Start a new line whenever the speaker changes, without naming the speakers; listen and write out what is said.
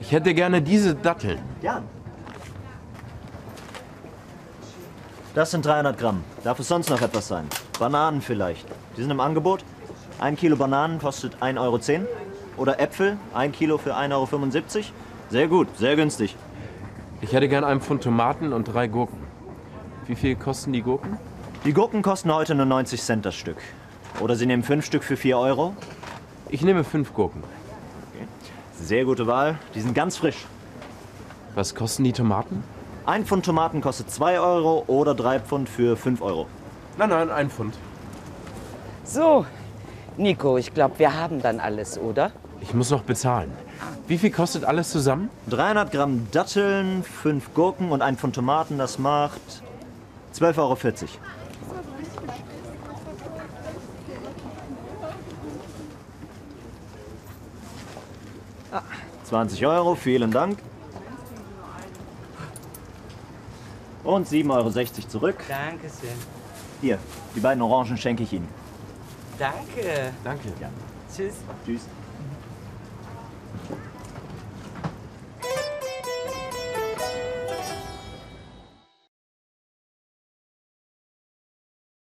Ich hätte gerne diese Datteln.
Gern. Das sind 300 Gramm. Darf es sonst noch etwas sein? Bananen vielleicht. Die sind im Angebot. Ein Kilo Bananen kostet 1,10 Euro. Oder Äpfel, ein Kilo für 1,75 Euro. Sehr gut, sehr günstig.
Ich hätte gerne einen Pfund Tomaten und drei Gurken. Wie viel kosten die Gurken?
Die Gurken kosten heute nur 90 Cent das Stück. Oder Sie nehmen fünf Stück für 4 Euro.
Ich nehme fünf Gurken.
Sehr gute Wahl. Die sind ganz frisch.
Was kosten die Tomaten?
Ein Pfund Tomaten kostet 2 Euro oder drei Pfund für 5 Euro.
Nein, nein, ein Pfund.
So, Nico, ich glaube, wir haben dann alles, oder?
Ich muss noch bezahlen. Wie viel kostet alles zusammen?
300 Gramm Datteln, 5 Gurken und ein Pfund Tomaten, das macht 12,40 Euro. Ah, 20 Euro, vielen Dank. Und 7,60 Euro zurück.
Danke schön.
Hier, die beiden Orangen schenke ich Ihnen.
Danke.
Danke.
Tschüss.
Tschüss.